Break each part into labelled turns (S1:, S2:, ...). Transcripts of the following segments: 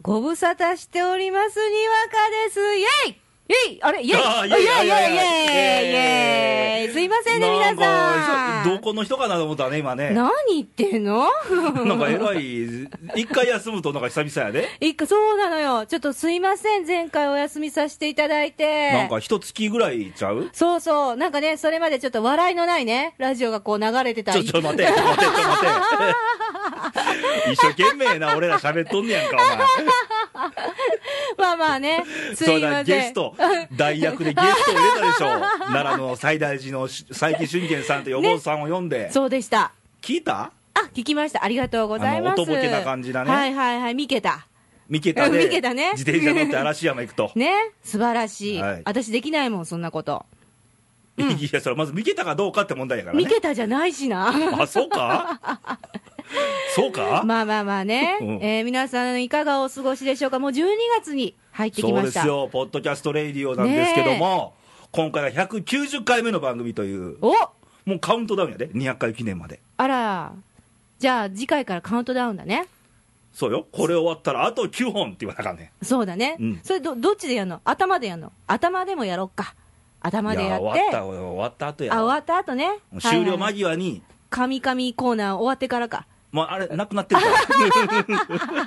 S1: ご無沙汰しております、にわかです。イェイイェイあれイェイ
S2: あ
S1: あ
S2: ー
S1: イ
S2: イ
S1: ェ
S2: ェ
S1: イイェ
S2: イ
S1: イイェイイェイイェイ
S2: イェイ
S1: すいませんね、
S2: な
S1: 皆
S2: んか
S1: さん。
S2: そうどこの人かなと思ったね、今 ね。
S1: 何言ってんの
S2: なん かえらい、一回休むとなんか久々やで。
S1: 一回そうなのよ。ちょっとすいません、前回お休みさせていただいて。
S2: なんか一月ぐらいちゃう
S1: そうそう。なんかね、それまでちょっと笑いのないね、ラジオがこう流れてた
S2: ちょ、ちょ、待て、ちょ、待て、ちょ、待 て。一生懸命な、俺ら喋っとんねやんか、
S1: まあまあね、
S2: お
S1: す
S2: 前。そう
S1: い
S2: だ、
S1: ま
S2: ゲ
S1: せん
S2: ス。ト、代役でゲストを入れたでしょ。 奈良の最大寺のし佐伯俊賢さんと予防さんを読んで。
S1: そうでした。
S2: 聞いた
S1: あ、聞きました。ありがとうございます。
S2: あのおとぼけな感じだね
S1: はいはいはい、見けた。
S2: 三桁で。
S1: 三桁ね
S2: 自転車乗って嵐山行くと。
S1: ね、素晴らしい。
S2: はい
S1: 私できないもん、そんなこと。
S2: いや、それまず三桁かどうかって問題やから
S1: 見
S2: ね。
S1: けたじゃないしな。
S2: あ、そうか そうか、
S1: まあまあまあね、
S2: うん
S1: えー皆さんいかがお過ごしでしょうか。もう12月に入ってき
S2: そう
S1: ま
S2: で
S1: した。
S2: すよ、ポッドキャストレイディオなんですけども、今回は190回目の番組という、
S1: お
S2: もうカウントダウンやで、200回記念まで。
S1: あら、じゃあ次回からカウントダウンだね。
S2: そうよ、これ終わったらあと9本って言わなあかんね
S1: そうだね。
S2: うん
S1: それど、どっちでやるの頭でやるの頭でもやろっか。
S2: ん。
S1: 頭で
S2: い
S1: や
S2: や、
S1: って。
S2: 終わった、終わった後や。
S1: あ、終わった後ね。
S2: 終了
S1: はいは
S2: 間
S1: い
S2: 際に、
S1: 神々コーナー終わってからか。
S2: もうあれ、なくなってるから。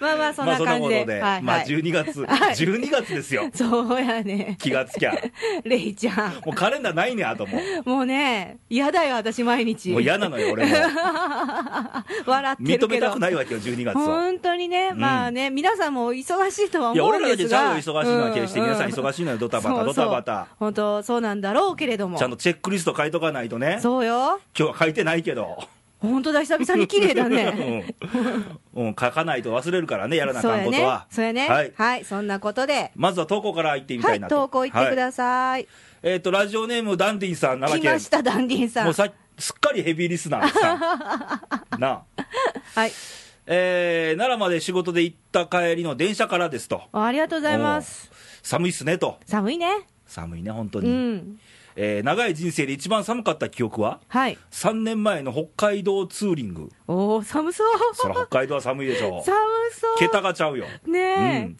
S1: まあまあ、 そん
S2: ま
S1: な
S2: あそんな
S1: 感
S2: こ
S1: じ
S2: と
S1: で。
S2: で、
S1: はい
S2: ま
S1: は
S2: あ
S1: い。
S2: 12月、
S1: はい
S2: 12月ですよ、
S1: そうやね。
S2: 気がつきゃ。
S1: レイちゃん。
S2: もうカレンダーないね、あとも う。
S1: もうね、嫌だよ、私、毎日。
S2: もう嫌なのよ、俺も。
S1: 笑ってる
S2: 認め
S1: け
S2: た
S1: ど
S2: く。ないわけよ、12月を。
S1: 本当にね、
S2: ん
S1: まあね、皆さんも忙しいとはい
S2: や、
S1: 思う
S2: 俺
S1: ん
S2: らだけ
S1: です
S2: ちゃ
S1: が。
S2: うよ、忙しいのは決して、皆さん
S1: しい
S2: 忙しいのよ、ドタ
S1: ド
S2: バタ、ドタバタ。。
S1: 本当、そうなんだろうけれども。
S2: ちゃんとチェックリスト書いとかないとね、今
S1: そうよ。
S2: 日は書いてないけど、
S1: 本当だ、久々に綺麗だ ね。
S2: うん、うん書かないと忘れるからね、やらなあ
S1: そう
S2: かん
S1: や
S2: こと
S1: ね
S2: は。。
S1: そうやね。
S2: は
S1: はい
S2: い、
S1: そんなことで。
S2: まずは投稿から行ってみた
S1: はいい、
S2: なと。
S1: 投稿行ってく
S2: はい
S1: ださい。
S2: えっ、と、ラジオネーム、ダンディンさん、奈
S1: 来ま
S2: 良県。
S1: した、ダンディンさ
S2: も
S1: ん
S2: う。さすっかりヘビーリスナーさ ん。なあ。
S1: はい。
S2: えー、奈良まで仕事で行った帰りの電車からですと。
S1: ありがとうございます。
S2: 寒いっすねと。
S1: 寒いね。
S2: 寒いね、本当
S1: う
S2: に。
S1: ん。
S2: えー長い人生で一番寒かった記憶は
S1: はい。
S2: 3年前の北海道ツーリ ング。
S1: おお、寒そう。
S2: そら北海道は寒いでし ょ
S1: 寒そう。
S2: 桁がちゃうよ。う
S1: ね
S2: ん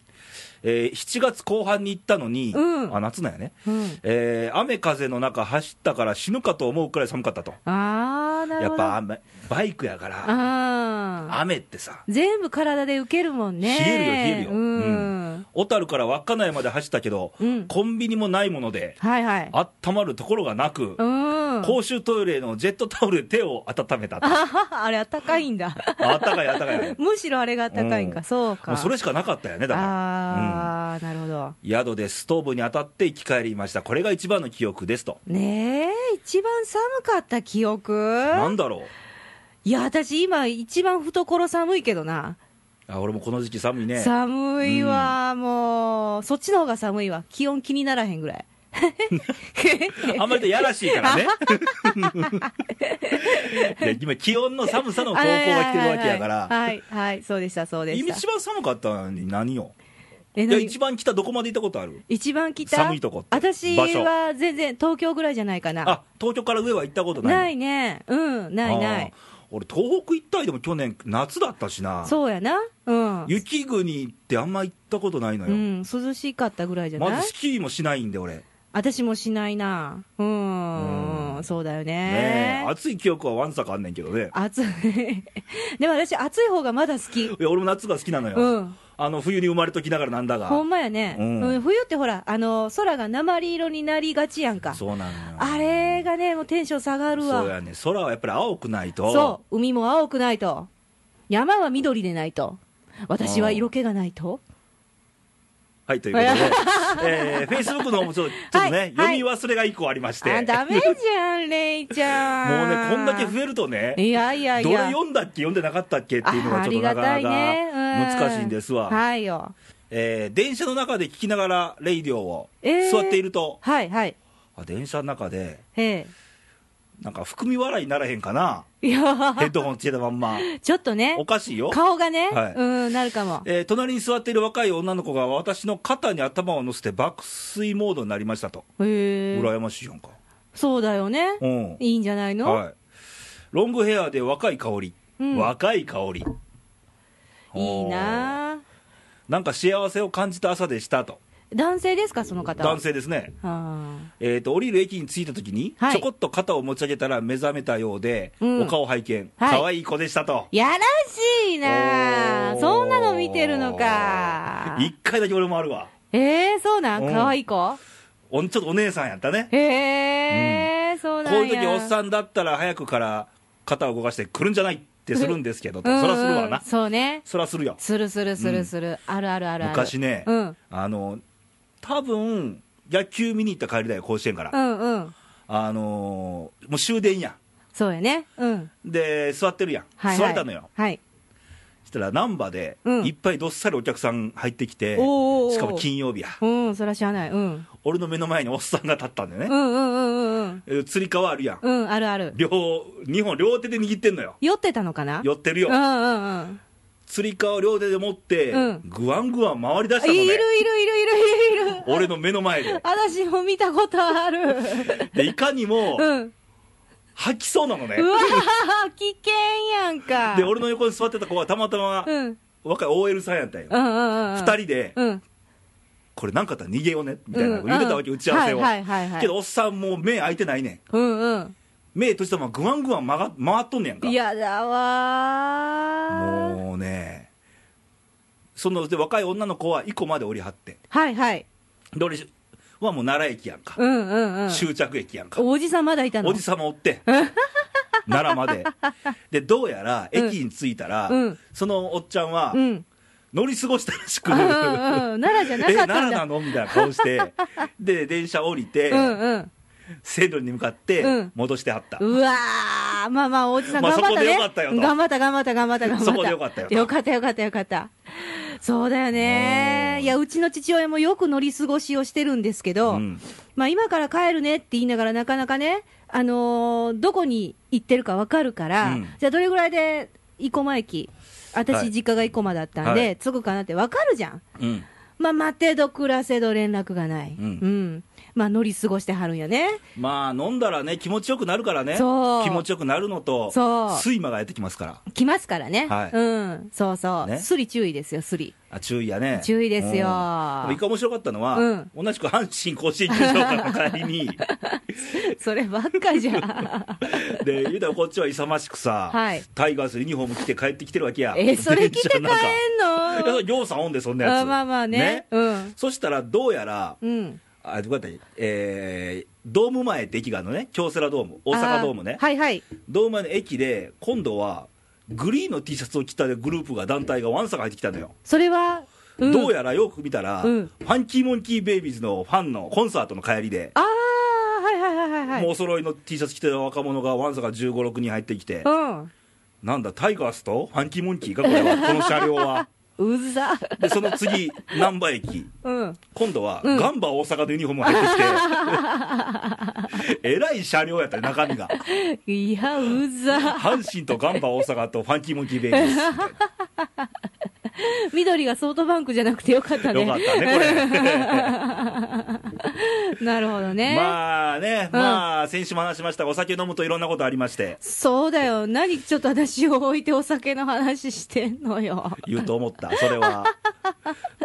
S2: えー7月後半に行ったのに、
S1: うん
S2: あ夏なんやね、
S1: え。うん。
S2: えー雨風の中走ったから死ぬかと思うくらい寒かったと、
S1: ああ、なる
S2: やっ
S1: ほど。
S2: ぱ雨バイクやから、
S1: ああ。
S2: 雨ってさ、
S1: 全部体で受けるもんね。
S2: 冷えるよ冷えるよ
S1: うん。
S2: 小樽から稚内まで走ったけど、
S1: うん
S2: コンビニもないもので、
S1: はいはい。
S2: 温まるところがなく、
S1: うん。
S2: 公衆トイレのジェットタオルで手を温めたと、あ
S1: あはは あれ、あったかいんだ。
S2: ったかい、あったか い、
S1: むしろあれがあったかいん
S2: う
S1: か、
S2: ん
S1: そう
S2: も
S1: か。
S2: うそれしかなかったよね、だから、うん
S1: ああ、なるほど。
S2: 宿でストーブに当たって生き返りました、これが一番の記憶ですと、
S1: ねえ、一番寒かった記
S2: な
S1: 憶
S2: んだろう。
S1: いや、私今一番懐寒いけどな。
S2: あ俺もこの時期寒いね
S1: 寒いわ、もう。そっちの方が寒いわ。気温気にならへんぐ らい。
S2: あんまりやらしいからねいや今気温の寒さの投稿が来てるわけや
S1: はい
S2: か
S1: は
S2: ら
S1: いはいはい、はい、そうでした、そうでし
S2: 今
S1: た
S2: 一。番寒かったのに何を
S1: え
S2: いや
S1: 何
S2: 一番北どこまで行ったことある
S1: 一番北
S2: 寒いとこって
S1: 私
S2: 場所
S1: は全然東京ぐらいじゃないかな。
S2: あ東京から上は行ったことない
S1: ないね。うん、ないない
S2: あ。ー俺東北行ったりでも去年夏だったしな
S1: そうやな。うん。
S2: 雪国ってあんま行ったことないの
S1: う
S2: よ、
S1: ん、涼しかったぐらいじゃない、
S2: まずスキーもしないんで俺ね
S1: 私もしないな。うん、
S2: うん
S1: そうだよ
S2: え
S1: ね。
S2: 暑い記憶はわんさかあんねんけどね
S1: 暑い。 でも私、暑い方がまだ好き。
S2: いや俺も夏が好きなのよ、
S1: うん。
S2: あの冬に生まれときながらなんだが
S1: ほんまやね、
S2: うん
S1: うん冬ってほら、あの、空が鉛色になりがちやんか。
S2: そうなのよ
S1: あれがね、もうテンション下がるわ。
S2: そうやね空はやっぱり青くないと
S1: そう海も青くないと。山は緑でないと。私は色気がないと。
S2: はいということで、えー、Facebook の方もちょっとちょっとね、
S1: はい
S2: 読み忘れが一個ありまして
S1: あ、ダメじゃ ん、レイちゃ。
S2: もうんねこんだけ増えるとね
S1: いやいやいや。
S2: どれ読んだっけ読んでなかったっけっていうの
S1: あ
S2: が
S1: あ
S2: ちょ
S1: り
S2: っとな
S1: が
S2: か
S1: た
S2: ないか
S1: ねうん
S2: 難しいんですわ、
S1: はいよ。
S2: えー電車の中で聞きながらレイディオを
S1: えー
S2: 座っていると、
S1: はいはい。
S2: あ電車の中で
S1: え
S2: なんか含み笑いにならへん かな
S1: え。いや、
S2: ヘッドホンつけたまんま
S1: ちょっと ね
S2: お、かしいよ
S1: 顔がね、
S2: はい
S1: うん、なるかも。
S2: えー隣に座っている若い女の子が私の肩に頭を乗せて爆睡モードになりましたと、
S1: へえ。
S2: 羨ましいやんか、
S1: そうだよね。
S2: うん
S1: いいんじゃないの、
S2: はい、ロングヘアで若い香り、
S1: うん
S2: 若い香り
S1: いいなあ
S2: なんか幸せを感じた朝でしたと、
S1: 男性ですかその方は
S2: 男性ですね、
S1: はあ
S2: えー、と降りる駅に着いたときに、
S1: はい
S2: ちょこっと肩を持ち上げたら目覚めたようで、
S1: うん
S2: お顔拝見、
S1: はい
S2: 可愛い子でしたと。
S1: やらしいなあ
S2: おー
S1: そんなの見てるのか
S2: 一回だけ俺もあるわ、
S1: えー、そうなん
S2: うん
S1: 可愛い子
S2: おんちょっとお姉さんやったね、
S1: へえーそう
S2: こ
S1: なん
S2: う
S1: や
S2: いう時おっさんだったら早くから肩を動かしてくるんじゃないってするんですけどと、
S1: うんうん
S2: そらするわな、
S1: そうね
S2: そらするよ、
S1: するするするする、あるあるあるある
S2: 昔ね、
S1: うん
S2: あの多分野球見に行った帰りだよ、甲子園から、
S1: うんうん
S2: あのーもう終電や
S1: そうやねうん
S2: ん、で、座ってるやん、
S1: はい、
S2: 座
S1: はい、
S2: れたのよ、
S1: はい
S2: そしたら、難波で、
S1: うん
S2: いっぱいどっさりお客さん入ってきて、
S1: おー
S2: しかも金曜日や、
S1: うんそらしゃあないうん
S2: 俺の目の前におっさんが立ったんだよ
S1: うん
S2: ね、
S1: うんうんうんうん
S2: えつり革あるやん、
S1: うんあるある
S2: 両2本、両手で握ってんのよ、
S1: 酔ってたのかな
S2: 寄ってるよ
S1: う、んうんうん
S2: つり革を両手で持って、
S1: うん
S2: ぐわんぐわん回りだしたの
S1: いるいる
S2: ね、
S1: いるいるいる
S2: 俺の目の前で。
S1: 私も見たことある
S2: でいかにも
S1: うん
S2: 吐きそうなのね、
S1: うわー危険やんか
S2: で俺の横に座ってた子はたまたま
S1: うん
S2: 若い OL さんやったんよ、
S1: うんうんうん
S2: 二
S1: 人
S2: 人で、
S1: うん
S2: これなんかあったら逃げようねみたいな、
S1: うん
S2: 言ってたわけ、打ち合わせを、
S1: はいはいはいはい
S2: けどおっさんもう目開いてないねん
S1: うんうん
S2: 目閉じたままぐわんぐわん回回っとんねやんか
S1: 嫌だわー
S2: もうねそので若い女の子は1個まで降りはって
S1: はいはい
S2: で俺はもう奈良駅やんか、
S1: うんうんうん
S2: 終着駅やんか
S1: おじさんまだいたの
S2: おじさまおって奈良まででどうやら駅に着いたら、
S1: うん
S2: そのおっちゃんは、
S1: うん
S2: 乗り過ごしたらしく、
S1: うん うんうん奈良じゃ
S2: え
S1: なかっ
S2: 奈
S1: た
S2: 良
S1: ん
S2: な
S1: だ
S2: のみたいな顔 してで電車降りて、
S1: うんうん
S2: 線路に向かって
S1: うん
S2: 戻してはった、
S1: うわーまあまあおじさん
S2: まあ
S1: 頑張ったね、
S2: そこでよかったよと
S1: 頑張った頑張った頑張った頑張った
S2: そこでよかったよと
S1: よかったよかったよかったそうだよ
S2: う
S1: ね
S2: ん
S1: いやうちの父親もよく乗り過ごしをしてるんですけど、
S2: うん
S1: まあ今から帰るねって言いながらなかなかねあのーどこに行ってるかわかるから、
S2: うん
S1: じゃあどれぐらいで生駒駅私、
S2: はい
S1: 実家が生駒だったんで、
S2: はい
S1: 着くかなってわかるじゃん
S2: うん
S1: まあ待てど暮らせど連絡がない、
S2: うん
S1: まあ乗り過ごしてはるんやね
S2: まあ飲んだらね気持ちよくなるからね
S1: そう
S2: 気持ちよくなるのと
S1: そう
S2: 睡魔がやってきますから
S1: 来ますからね、
S2: はい
S1: うん、そうそう、
S2: ね
S1: スリ注意ですよ、スリ。
S2: あ注意やね
S1: 注意ですよ
S2: うんでも一回面白かったのは、
S1: うん
S2: 同じく阪神甲子園球場からの帰 りに
S1: そればっか じゃ。
S2: で言うたらこっちは勇ましくさ、
S1: はい
S2: タイガースユニフォーム着て帰ってきてるわけや
S1: え、それ着て帰んの
S2: 電車の中いやぎょうさんおんでそんなや
S1: あ
S2: つ
S1: まあまあね。うん。
S2: そしたらどうやら
S1: うん。
S2: あどうやったっけえードーム前って駅があるのね京セラドーム大阪ドームね
S1: あはいはい。
S2: ドーム前の駅で今度はグリーンの T シャツを着たグループが団体がワンサが入ってきたのよ、
S1: それは、ん
S2: どうやらよく見たら、
S1: うん
S2: ファンキーモンキーベイビーズのファンのコンサートの帰りで、
S1: ああ、はいはいはいはいはい。
S2: もうお揃いの T シャツ着てる若者がワンサが1 5 6人入ってきて、
S1: うん。
S2: なんだタイガースとファンキーモンキーかこれはこの車 両は
S1: うざ。
S2: でその次難波駅
S1: うん。
S2: 今度は、
S1: うん
S2: ガンバ大阪のユニフォームが入って きてえらい車両やったね中身が
S1: いや、うざ。
S2: 阪神とガンバ大阪とファンキーモンキーベイビーズ みたいな
S1: 緑がソフトバンクじゃなくてよかったね。
S2: よかったね、これ。
S1: なるほどね。
S2: まあ ね、まあ、先週も話しましたが、お酒飲むといろんなことありまして、
S1: そうだよ。何ちょっと私を置いてお酒の話してんのよ。
S2: 言うと思った、それは。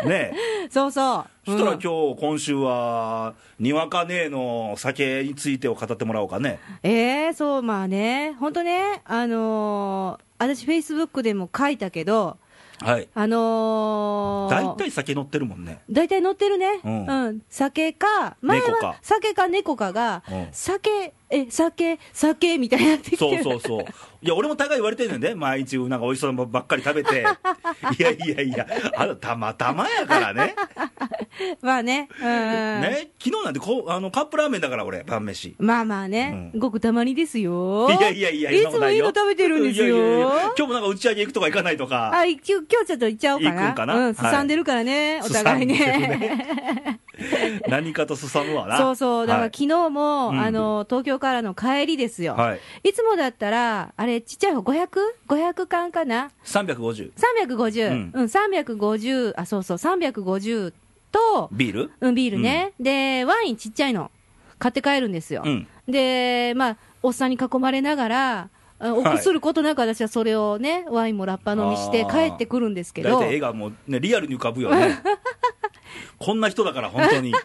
S2: ねえ
S1: そうそう。
S2: そしたら
S1: うん
S2: 今日、今週は、にわかねえの酒についてを語ってもらおうかね。
S1: えー、そう、まあね、本当ね、あのー私、フェイスブックでも書いたけど、
S2: はい。
S1: あのー、
S2: 大体酒乗ってるもんね。
S1: 大体乗ってるね、
S2: う
S1: うんん酒か、前
S2: 猫か
S1: は酒か猫かが、
S2: うん
S1: 酒、え、酒、酒みたいになってきて
S2: そう
S1: る
S2: そうそう。いや、俺も互い言われてるんだよね。毎日、なんか美味しそうなもんばっかり食べて。 いやいやいや、あのたまたまやからね。
S1: まあね、うん、
S2: ね昨日なんてこうあのカップラーメンだから、俺、晩飯。
S1: まあまあね、
S2: う
S1: ごくたまにですよ、
S2: いやいやいや、
S1: い
S2: そん
S1: つ
S2: なこ
S1: も
S2: とない
S1: い
S2: よ
S1: の食べてるんですよ。
S2: いやいやいや今日もなんか打ち上げ行くとか行かないとか。
S1: あ、一応今日ちょっと行っちゃおうかな。
S2: 行くんかな
S1: うん、すさんでるからね、
S2: はい
S1: お 互い
S2: すさんでる
S1: ね。
S2: 何かとすさむわ な。
S1: そうそう、だから
S2: はい
S1: 昨日も、
S2: うん
S1: あの東京からの帰りですよ、、
S2: はい
S1: つもだったら、あれ、ちっちゃい方 500?500 缶かな、
S2: 350。
S1: 350、
S2: う
S1: うんん、350、あ、そうそう、350と、
S2: ビール
S1: うん、ビールね、で、ワインちっちゃいの、買って帰るんですよ、
S2: うん。
S1: で、まあ、おっさんに囲まれながら、あ臆することなく私はそれをね、ワインもラッパ飲みして
S2: あー
S1: 帰ってくるんですけ
S2: 大
S1: ど、
S2: 体絵がもう、ね、リアルに浮かぶよ ねこんな人だから本当に
S1: で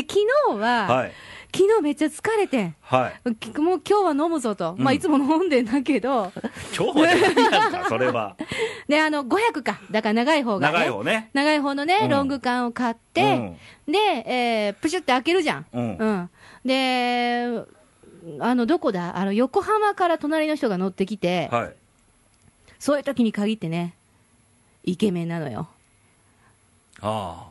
S1: 昨日は、
S2: はい
S1: 昨日めっちゃ疲れてん
S2: はい
S1: きもう今日は飲むぞと、
S2: うん
S1: まあ、いつも飲んでんだけど、
S2: 今日はじゃないやんかそれは
S1: であの500か、だから長い方がね、
S2: 長い方ね
S1: 長い方のね、
S2: うん
S1: ロング缶を買って、で、えープシュって開けるじゃん、
S2: うんうん
S1: うん、で、あのどこだ、あの横浜から隣の人が乗ってきて、
S2: はい
S1: そういう時に限ってね、イケメンなのよ、
S2: あ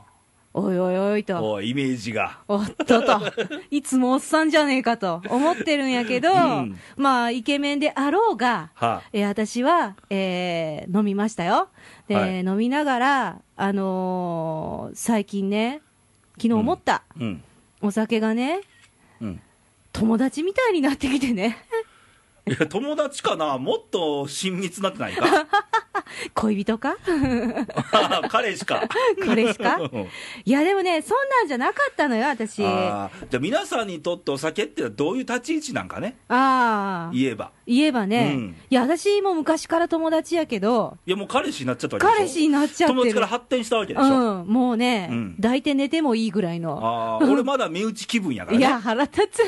S1: おいおいおい
S2: あ
S1: と、
S2: おイメージが
S1: おっと と、いつもおっさんじゃねえかと思ってるんやけど、
S2: うん
S1: まあ、イケメンであろうが、
S2: は
S1: えー私は、えー飲みましたよ。で、
S2: はい
S1: 飲みながら、あのー最近ね、昨日思った、
S2: いうん
S1: お酒がね、
S2: うん
S1: 友達みたいになってきてね、
S2: いや友達かなもっと親密になってないか
S1: 恋人か
S2: 彼しか
S1: 彼氏 か
S2: うん
S1: いや、でもね、そんなんじゃなかったのよ、私。あ
S2: あーじゃあ皆さんにとってお酒ってのはどういう立ち位置なんかね
S1: あー。
S2: 言えば
S1: 言えばね、
S2: うん
S1: いや、私も昔から友達やけど、
S2: いやもう彼氏になっちゃったわけでしょ
S1: 彼氏になっちゃってる。
S2: 友達から発展したわけでしょ、
S1: うん、もうね、
S2: うん
S1: 抱いて寝てもいいぐらいの。
S2: ああ俺まだ身内気分やから
S1: い
S2: ね
S1: や、腹立 つ。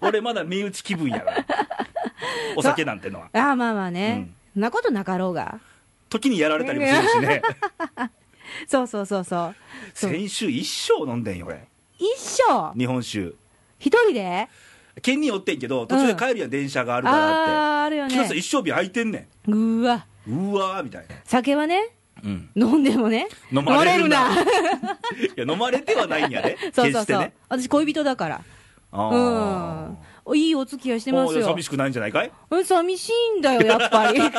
S2: 俺まだ身内気分 やからお酒なんてのは
S1: ああまあまあね、そんなことなかろうが、
S2: 時にやられたりもするしね
S1: そうそうそうそう、そう
S2: 先週一升飲んでんよ俺
S1: 一生、
S2: 日本酒
S1: 一人で
S2: 県に寄ってんけど途中で帰るやん電車があるからっ
S1: ああー、あるよ
S2: て気がつい
S1: ね、
S2: 一升瓶空いてんね
S1: うーわ、
S2: んうわーみたいな、
S1: 酒はね、
S2: うん、
S1: 飲んでもね、
S2: 飲まれるな
S1: 飲まれ
S2: いや飲まれてはないんやで、
S1: そうそ
S2: 決
S1: う
S2: し
S1: そ
S2: て
S1: う、
S2: ね
S1: 私、恋人だから、
S2: あー
S1: うん、おいいお付き合いしてます
S2: おーじゃ
S1: よ
S2: あ寂、しくないんじゃない かい
S1: うん寂しいんだよ、やっ ぱり、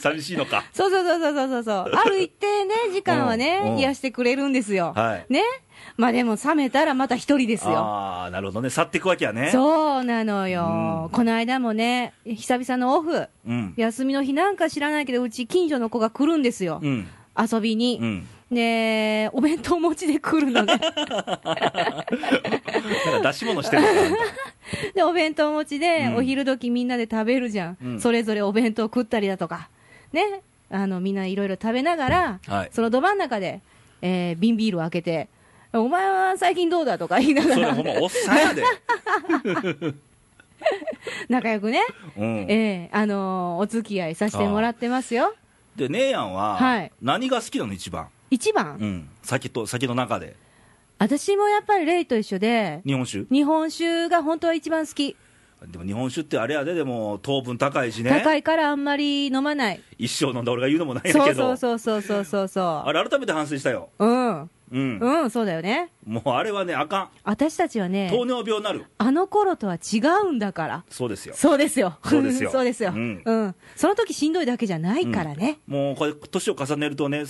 S2: 寂しいのか
S1: そうそうそうそうそうそうそう、ある一定ね、時間は
S2: うんう
S1: ね、
S2: ん
S1: 癒してくれるんですよ、
S2: はい
S1: ね、まあでも、冷めたらまた一人ですよ。
S2: ああなるほどね去っていくわけやねう、
S1: そうなのよ、
S2: うん
S1: この間もね、久々のオフ、
S2: ん
S1: 休みの日なんか知らないけど、うち近所の子が来るんですよ、
S2: うん
S1: 遊びに。
S2: うん、
S1: ねえお弁当持ちで来るのね。
S2: なんか出し物してるのかなみたいな
S1: で、お弁当持ちで、
S2: うん
S1: お昼時みんなで食べるじゃん,、
S2: うん
S1: それぞれお弁当食ったりだとか。ね。あの、みんないろいろ食べながら、
S2: はい
S1: そのど真ん中で、えー瓶ビールを開けて、お前は最近どうだとか言いなが
S2: それ
S1: ら
S2: ほん、まおっさんやで、
S1: 仲良くね、
S2: うん、
S1: ええあのーお付き合いさせてもらってますよ。
S2: で姉やん
S1: は
S2: はい何が好きなの一番、
S1: 一番、
S2: うん、酒と酒の中で
S1: 私もやっぱりレイと一緒で、
S2: 日本酒
S1: 日本酒が本当は一番好き、
S2: でも日本酒ってあれやででも糖分高いしね
S1: 高いからあんまり飲まない、
S2: 一生飲んだ俺が言うのも ないんや
S1: そ
S2: け
S1: うそ
S2: ど
S1: うそうそうそうそうそ
S2: あれ改めて反省したよ、
S1: う、うん、
S2: うん
S1: うん、そうだよね、
S2: もうあれはねあか
S1: 私たちは
S2: ん
S1: ね、
S2: 糖尿病になる
S1: あの頃とは違うんだから、
S2: そうですよ
S1: そうですよ、
S2: そうですよ
S1: そうですよ、う
S2: うんん、
S1: その時しんどいだけじゃないからね、
S2: もうこれ年を重ねるとね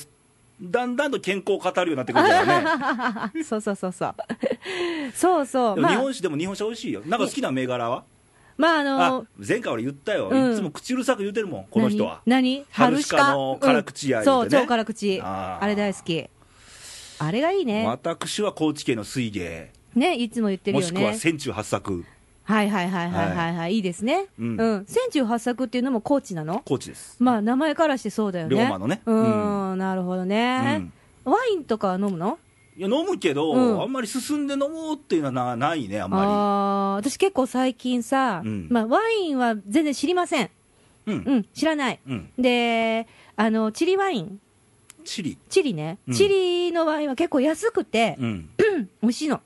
S2: だんだんと健康を語るようになってくる からね
S1: そうそうそうそう、そうそう、
S2: でも日
S1: まあ
S2: 本、酒でも日本酒美味しいよなんか好きな銘柄は
S1: まあ、あの
S2: あ前回俺言ったよ、
S1: うん
S2: いつも口うるさく言うてるもんこの人は
S1: 何何
S2: 春鹿の辛口や
S1: うん
S2: 言
S1: そうう
S2: てね
S1: 超辛口
S2: あ
S1: あ
S2: ー
S1: れ大好きあれがいいね、
S2: 私は高知県の水芸
S1: ねいつも言ってる
S2: も
S1: よ
S2: しくは
S1: ね
S2: 千中八作
S1: はいはいはいはいはいはいいいですねう
S2: うんん
S1: 千中八作っていうのも高知なの
S2: 高知です
S1: まあ名前からしてそうだよね
S2: 龍馬のね
S1: う
S2: うん
S1: なるほどねワインとかは飲むの
S2: いや飲むけど、
S1: うん
S2: あんまり進んで飲もうっていうのはなないねあん
S1: あ
S2: ま
S1: あ私結構最近さ
S2: うん
S1: まあワインは全然知りません
S2: りうん
S1: うん知らない
S2: うん
S1: であのチリワイン
S2: チリ
S1: チリね
S2: うん
S1: チリのワインは結構安くて
S2: うん
S1: 美味しいの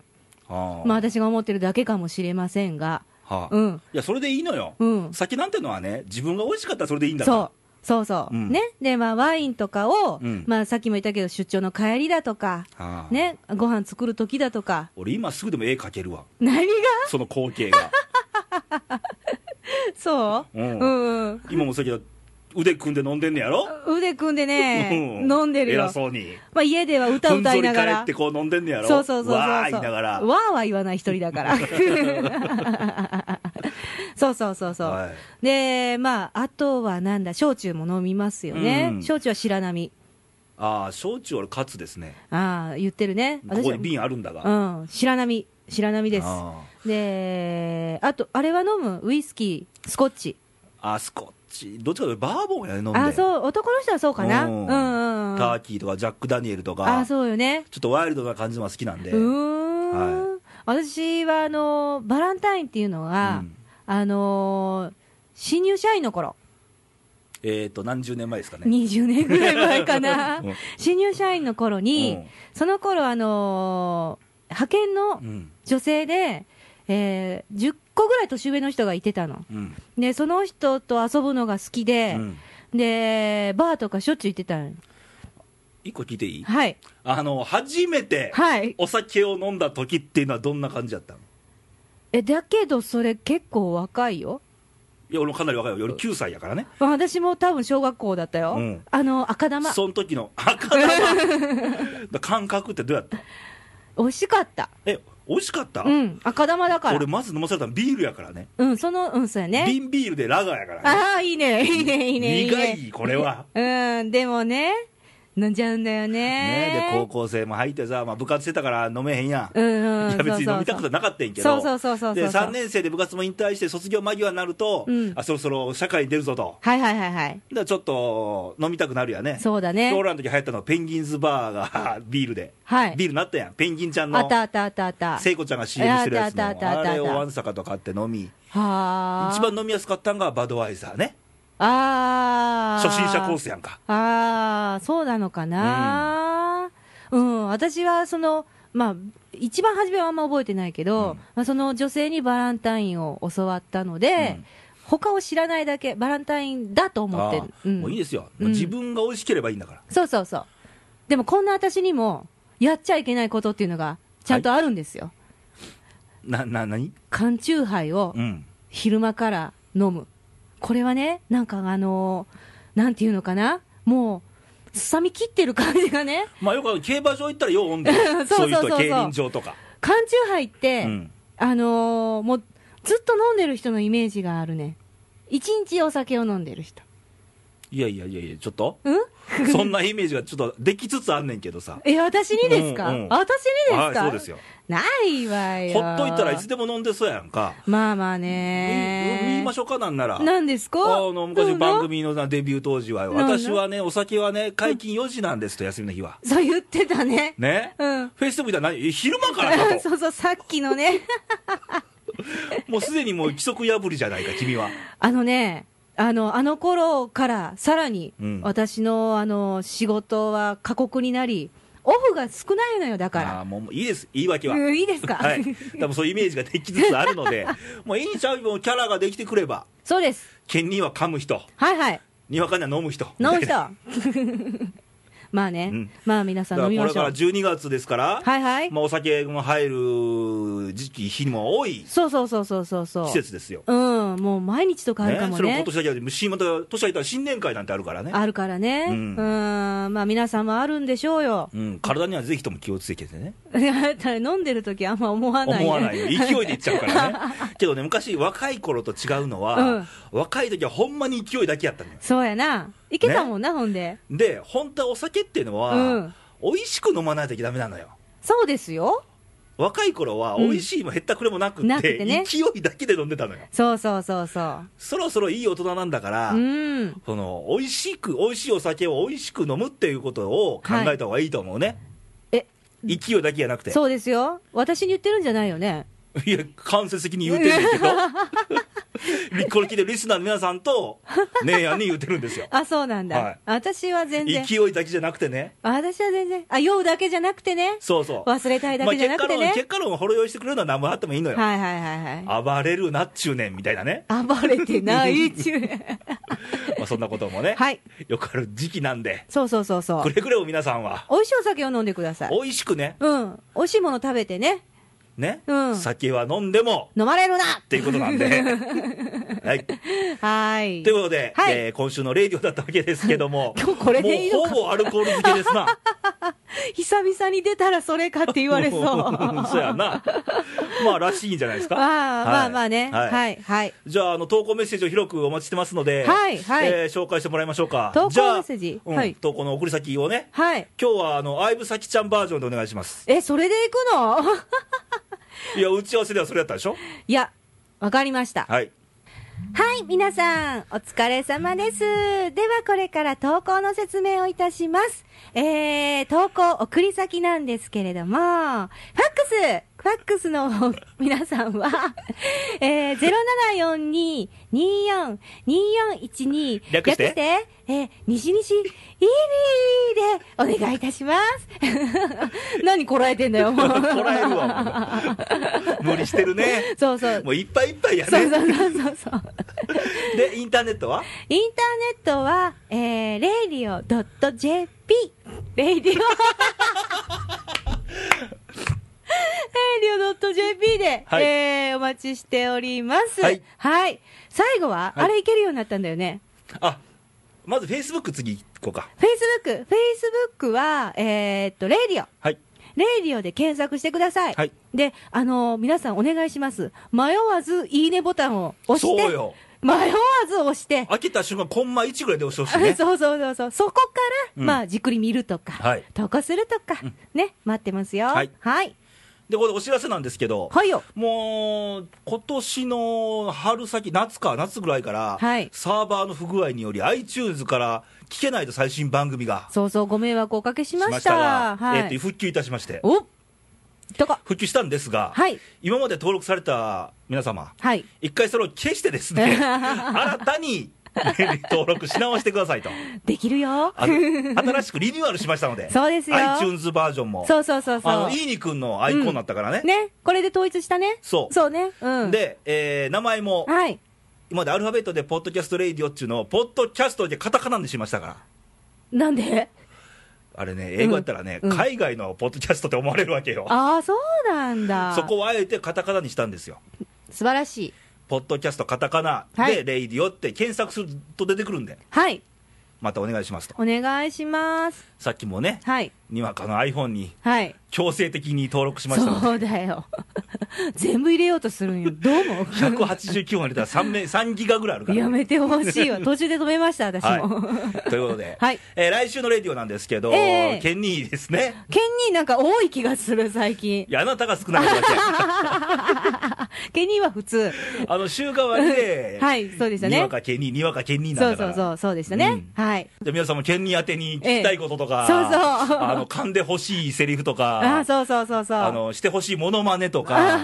S2: あー
S1: まあ私が思ってるだけかもしれませんが、
S2: はあ
S1: うん、
S2: いやそれでいいのよ、
S1: うん
S2: 酒なんてのはね自分が美味しかったらそれでいいんだから
S1: そう。そうそう、
S2: うん
S1: ね、で、まあ、ワインとかを、
S2: うん
S1: まあ、さっきも言ったけど、出張の帰りだとか、
S2: はあ
S1: ね、ご飯作る時だとか、
S2: 俺今すぐでも絵描けるわ
S1: 何が
S2: その光 景が
S1: そう、
S2: う
S1: うんん、うん、
S2: 今もそうやけど腕組んで飲んでんねやろ、
S1: 腕組んでね、
S2: う
S1: 飲んでるよ
S2: 偉、そうに
S1: まあ、家では歌歌いながら
S2: ふんぞり返って。こう飲んでんねやろ
S1: そうそうそうそうそう。
S2: わー言いながら
S1: わーは言わない一人だ から。そうそうそうそう。
S2: はい
S1: で、まあ、あとはなんだ、焼酎も飲みますよね。
S2: うん
S1: 焼酎は白波。
S2: ああ焼酎俺カツですね
S1: ああ、言ってるね。
S2: ここに
S1: は
S2: 瓶あるんだが、
S1: うん、白波、白波です。
S2: ああ
S1: で、あと、あれは飲むウイスキー、スコッチ。
S2: あスコッチどっちかというとバーボンやね飲んで
S1: あ、そう、男の人はそうかな。う
S2: うんん
S1: うんうん。
S2: ターキーとかジャック・ダニエルとか
S1: あ、そうよね。
S2: ちょっとワイルドな感じのが好きなんで、
S1: うーん。私は、あの、バランタインっていうのは、
S2: うん
S1: あのー新入社員の頃、
S2: えっ、と何十年前ですかね、
S1: 20年ぐらい前かな
S2: うん
S1: 新入社員の頃に、
S2: うん
S1: その頃あのー派遣の
S2: うん
S1: 女性で、えー10個ぐらい年上の人がいてたの。
S2: うん
S1: で、その人と遊ぶのが好き
S2: う
S1: で、
S2: ん
S1: で、バーとかしょっちゅう行ってたの。
S2: 一個聞いていい
S1: はい。
S2: あの初めて
S1: はい。
S2: お酒を飲んだ時っていうのはどんな感じだったの
S1: え、だけどそれ結構若いよ。
S2: いや俺もかなり若いよ俺9歳やからね
S1: まあ私も多分小学校だったよ。
S2: うん
S1: あの、赤玉。
S2: その時の 赤玉感覚ってどうやった
S1: 美味しかった。
S2: え美味しかった、
S1: うん。赤玉だから
S2: 俺。まず飲まされたのビールやからね
S1: うん、その、うん、そうやね。
S2: 瓶ビールでラガーやからね
S1: ああ、いいね、 いいね、いいね。
S2: 苦
S1: ね
S2: いこれは
S1: うん、でもね、飲んじゃうんだよ
S2: ね
S1: ね。
S2: で高校生も入ってさ、まあ、部活してたから飲めへんやん、
S1: うん、うん、
S2: いや別に飲みたく
S1: な
S2: となかったんやけ
S1: そう
S2: ど
S1: そうそうそうそうそう
S2: で3年生で部活も引退して卒業間際になると、
S1: うん
S2: あそろそろ社会に出るぞと
S1: はいはいはいはい。
S2: でちょっと飲みたくなるやね
S1: そうだ
S2: で
S1: ね。
S2: 俺らの時流行ったのはペンギンズバーがビールで、
S1: はい。
S2: ビールになったやんペンギンちゃん
S1: あ
S2: の
S1: ったあったあったあった。は
S2: 聖子ちゃんが CM してるやつの
S1: あったあったあったあった
S2: あれをワンサカとかって飲み
S1: あ。
S2: 一番飲みやすかったんがバドワイザーね
S1: ああ。
S2: 初心者コースやんか
S1: ああ、そうなのかな。うん、私はその、まあ、一番初めはあんま覚えてないけど、
S2: うん
S1: まあ、その女性にバランタインを教わったので、
S2: うん
S1: 他を知らないだけ、バランタインだと思ってる。
S2: あーもういいですよ、
S1: うん
S2: 自分が美味しければいいんだから
S1: そうそうそう。でもこんな私にも、やっちゃいけないことっていうのが、ちゃんとあるんですよ。
S2: なな何
S1: 缶チューハイを
S2: うん
S1: 昼間から飲む。これはね、なんかあのーなんていうのかなもう、すさみ切ってる感じがね。
S2: まあよくあの競馬場行ったらよう飲んでる
S1: そ
S2: そう
S1: そう
S2: う
S1: そうそう
S2: いう人競輪場とか、
S1: 缶チューハイって、
S2: うん
S1: あのーもう、ずっと飲んでる人のイメージがあるね。一日お酒を飲んでる人。
S2: いやいやいやいやちょ っと
S1: うん
S2: そんなイメージがちょっとできつつあんねんけどさ
S1: え、私にですか、
S2: うんうん
S1: 私にです
S2: はい
S1: か
S2: そうですよ
S1: ないわよ。
S2: ほっといたらいつでも飲んでそうやんか、
S1: まあまあ
S2: うん
S1: ね
S2: うん言いましょうかなんなら
S1: なんですか
S2: あの昔番
S1: 組
S2: 組のなデビュー当時はよ
S1: なんだ
S2: 私はねお酒はね解禁4時なんですと休みの日は
S1: そう言ってたね。
S2: ね
S1: うん。
S2: フェイスブックでは何え昼間からか と
S1: そうそう、さっきの ね。
S2: もうすでにもう規則破りじゃないか君は
S1: あのね、あの、あの頃から、さらに
S2: うん、
S1: 私の、あの、仕事は過酷になり、オフが少ないのよ、だ
S2: あ
S1: か
S2: ーもうもういいです言い訳
S1: ら。
S2: は
S1: うん、いいですか、
S2: はい多分そういうイメージができつつある のでもういいんちゃうもうキャラができてくれば
S1: そうです。
S2: 県には噛む人
S1: はいはい。
S2: にわかには飲む人
S1: 飲む
S2: み
S1: 人
S2: たいな。
S1: まあね、
S2: うん
S1: まあ皆さ
S2: だ
S1: ん
S2: か
S1: 飲
S2: ら
S1: み
S2: こ
S1: ま
S2: れ
S1: し
S2: か
S1: ょう。
S2: ら12月ですから、
S1: はいはい。
S2: まあ、お酒も入る時期日も多い
S1: そうそうそうそうそうそう。
S2: 季節ですよ、
S1: うん、もう毎日とかあるかも
S2: それも
S1: ね
S2: 今。年だけで新また年がいたら新年会なんてあるからね
S1: あるからね。う
S2: うんん、
S1: まあ皆さんもあるんでしょうよ。
S2: うん、体にはぜひとも気をつけてね
S1: い やだから飲んでる時あんま思わない。
S2: 思わないよ勢いでいっちゃうからねけどね昔若い頃と違うのは、若い時はほんまに勢いだけやったのよ
S1: そうやな。いけたもんな、ほんで。
S2: で本当はお酒っていうのは、
S1: うん
S2: 美味しく飲まないとダメなのよ
S1: そうですよ。
S2: 若い頃は
S1: うん
S2: 美味しいも減ったくれもなくって,、
S1: なくてね
S2: 勢いだけで飲んでたのよ
S1: そうそうそうそう。
S2: そろそろいい大人なんだから、
S1: うん。
S2: その美味しく美味しいお酒を美味しく飲むっていうことを考えた方がいいと思うね、
S1: え、
S2: 勢いだけじゃなくて
S1: そうですよ。私に言ってるんじゃないよね。
S2: いや間接的に言うてるんだ けどこれ聞いてるリスナーの皆さんと姉やんに言うてるんですよ
S1: あ、そうなんだ。
S2: はい
S1: 私は全然。
S2: 勢いだけじゃなくてね
S1: 私は全然。あ、酔うだけじゃなくてね。
S2: そうそう
S1: 忘れたいだ
S2: まあ
S1: けじゃな
S2: 結
S1: く
S2: 果
S1: て
S2: 論
S1: ね。
S2: 結果論をほろ酔いしてくれるのは何もあってもいいのよ、
S1: はいはいはいは
S2: 暴れるなっちゅうねんみたいなね、
S1: い。暴れてないっちゅう。
S2: まあ、そんなこともね、
S1: はい。
S2: よくある時期なんで
S1: そうそうそうそ
S2: く
S1: う。
S2: れぐれも皆さんは
S1: 美味しいお酒を飲んでください。
S2: 美味しくね
S1: うん。美味しいもの食べてね。
S2: ね、
S1: うん
S2: 酒は飲んでも
S1: 飲まれるな
S2: っていうことな んで、はい、
S1: はい
S2: とい。うことで、
S1: はい
S2: えー今週のレイディオだったわけですけども
S1: 今日これでいいのか
S2: もうほぼアルコール漬けですな
S1: 久々に出たらそれかって言われそう。
S2: ん そうやなまあらしいんじゃないですか
S1: まあ まあまあね。
S2: はい
S1: はい。はい。
S2: じゃああの投稿メッセージを広くお待ちしてますので、
S1: はいはい
S2: えー紹介してもらいましょうか
S1: 投稿
S2: じゃあ
S1: メッセージ
S2: うん
S1: はい
S2: 投稿の送り先をね
S1: はい。
S2: 今日はあの相武咲ちゃんバージョンでお願いします
S1: え、それで行くの
S2: いや、打ち合わせではそれだったでしょ
S1: いや、わかりました。
S2: はい。
S1: はい、皆さん、お疲れ様です。では、これから投稿の説明をいたします。えー、投稿送り先なんですけれども、ファックスファックスの皆さんは、 えー、0742-24-2412
S2: 略して
S1: えー、西西 EB でお願いいたします。 何こらえてんだよ、も
S2: こ
S1: う。
S2: らえるわ、もう無理してるね。
S1: そうそう。
S2: もういっぱいいっぱいや
S1: そう
S2: ね。
S1: そうそうそうそう。
S2: で、インターネットは
S1: インターネットは、えー、radio.jp。radio。radio.jp で、
S2: はい
S1: えーお待ちしております。
S2: はい
S1: はい最後は、
S2: はい
S1: あれいけるようになったんだよね。
S2: あ、まずフェイスブック次行こうか。
S1: Facebook。Facebook は、えーっと、radio。
S2: はい。
S1: レイディオで検索してください。
S2: はい
S1: で、あのー皆さんお願いします。迷わずいいねボタンを押して。
S2: そうよ
S1: 迷わず押して。
S2: 開けた瞬間、コンマ1ぐらいで押してほしいね。
S1: そうそうそうそう。そこから、
S2: うん
S1: まあ、じっくり見るとか、
S2: はい
S1: 投稿するとか、ね、待ってますよ。
S2: はい
S1: はい。
S2: で、これお知らせなんですけど、
S1: はいよ。
S2: もう、今年の春先、夏か、夏ぐらいから、
S1: はい
S2: サーバーの不具合により、iTunes から聞けないと最新番組が
S1: そうそう、ご迷惑をおかけし
S2: し
S1: ました。
S2: ましたが、
S1: はい。
S2: えーっと復旧いたしまして、
S1: おとか。
S2: 復旧したんですが、
S1: はい。
S2: 今まで登録された皆様、
S1: はい。
S2: 一回それを消してです ね、新たに登録し直してくださいと、
S1: できるよ。
S2: あの新しくリニューアルしましたので、
S1: そうですよ
S2: iTunes バージョンも、
S1: そうそうそう
S2: あ
S1: そ
S2: の
S1: う。
S2: いいに君のアイコンになったからね、
S1: ね。これで統一したね。
S2: そう
S1: そうね。うん。、
S2: で、えー名前も
S1: はい。
S2: 今までアルファベットで、ポッドキャスト・レイディオっていうのを、ポッドキャストでカタカナにしましたから。
S1: なんで
S2: あれね、英語やったらね、
S1: うんうん
S2: 海外のポッドキャストって思われるわけよ。
S1: ああ、そうなんだ。
S2: そこをあえてカタカナにしたんですよ。
S1: 素晴らしい。
S2: ポッドキャストカタカナで、
S1: はい
S2: レイディオって検索すると出てくるんで、
S1: はい。
S2: またお願いしますと。
S1: お願いします。
S2: さっきもね、
S1: はい。
S2: にわかの iPhone に
S1: はい。
S2: 強制的に登録しましたので。
S1: そうだよ。 全部入れようとするんよ。どうも。
S2: 189本入れたら 3, 名3ギガ ぐらいあるから、
S1: やめてほし いわ。途中で止めました、私も。
S2: はい、ということで、
S1: はい
S2: えー来週のレディオなんですけど、
S1: ええ
S2: ケンニーですね、
S1: 県になんか多い気がする、最近
S2: い。やあなたが少ないだ
S1: 県には普通。
S2: け、 あの週替わりで、
S1: はい、そうでした
S2: に
S1: ね
S2: わ。かケンニー、にわかケンニーな
S1: そ
S2: ん
S1: う
S2: だか
S1: そ
S2: ら、
S1: うそう、そうでしたね。はい。
S2: で皆さんもケンニー宛てに聞きたいこととか、
S1: ええそうそう
S2: あの噛んでほしいセリフとか、
S1: ああ、そうそうそうそう。
S2: あのしてほしいものまねと か、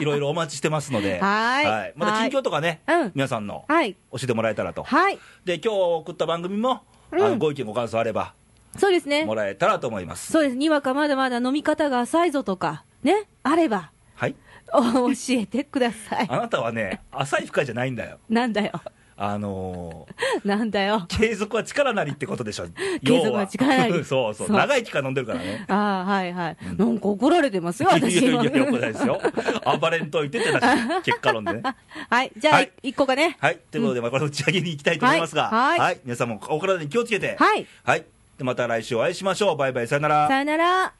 S2: いろいろお待ちしてますので、
S1: はい
S2: また近況とかね、
S1: はいうん
S2: 皆さんの
S1: はい。
S2: 教えてもらえたらと、
S1: はい。
S2: で今日送った番組も、あ
S1: う
S2: の
S1: ん
S2: ご意見、ご感想あれば、
S1: そうですね
S2: も。らえたらと思います。
S1: そうです。にわかまだまだ飲み方が浅いぞとか、ね、あれば、
S2: はい、
S1: お教えてください。
S2: あなたはね、浅い深いじゃないんだよ、
S1: なんだよ。
S2: あの
S1: なんだよ。
S2: ー継続は力なりってことでしょ、
S1: 継続は力なり
S2: 要は そうそう、
S1: そう
S2: 長い期間飲んでるからね。
S1: ああ、はいはい。なんか怒られてますよ、
S2: いやい
S1: 私
S2: やい
S1: 今。
S2: や、よくないですよ、暴れんといてって話、結果論でね。
S1: はい、じゃ
S2: は
S1: あ、
S2: い
S1: 一個かね。
S2: はい、ということで、まあこれ打ち上げに行きたいと思いますが、
S1: はいはい
S2: 皆さんもお体に気をつけて、
S1: はい。
S2: はい、でまた来週お会いしましょう、バイバイ、さよなら。
S1: さよなら。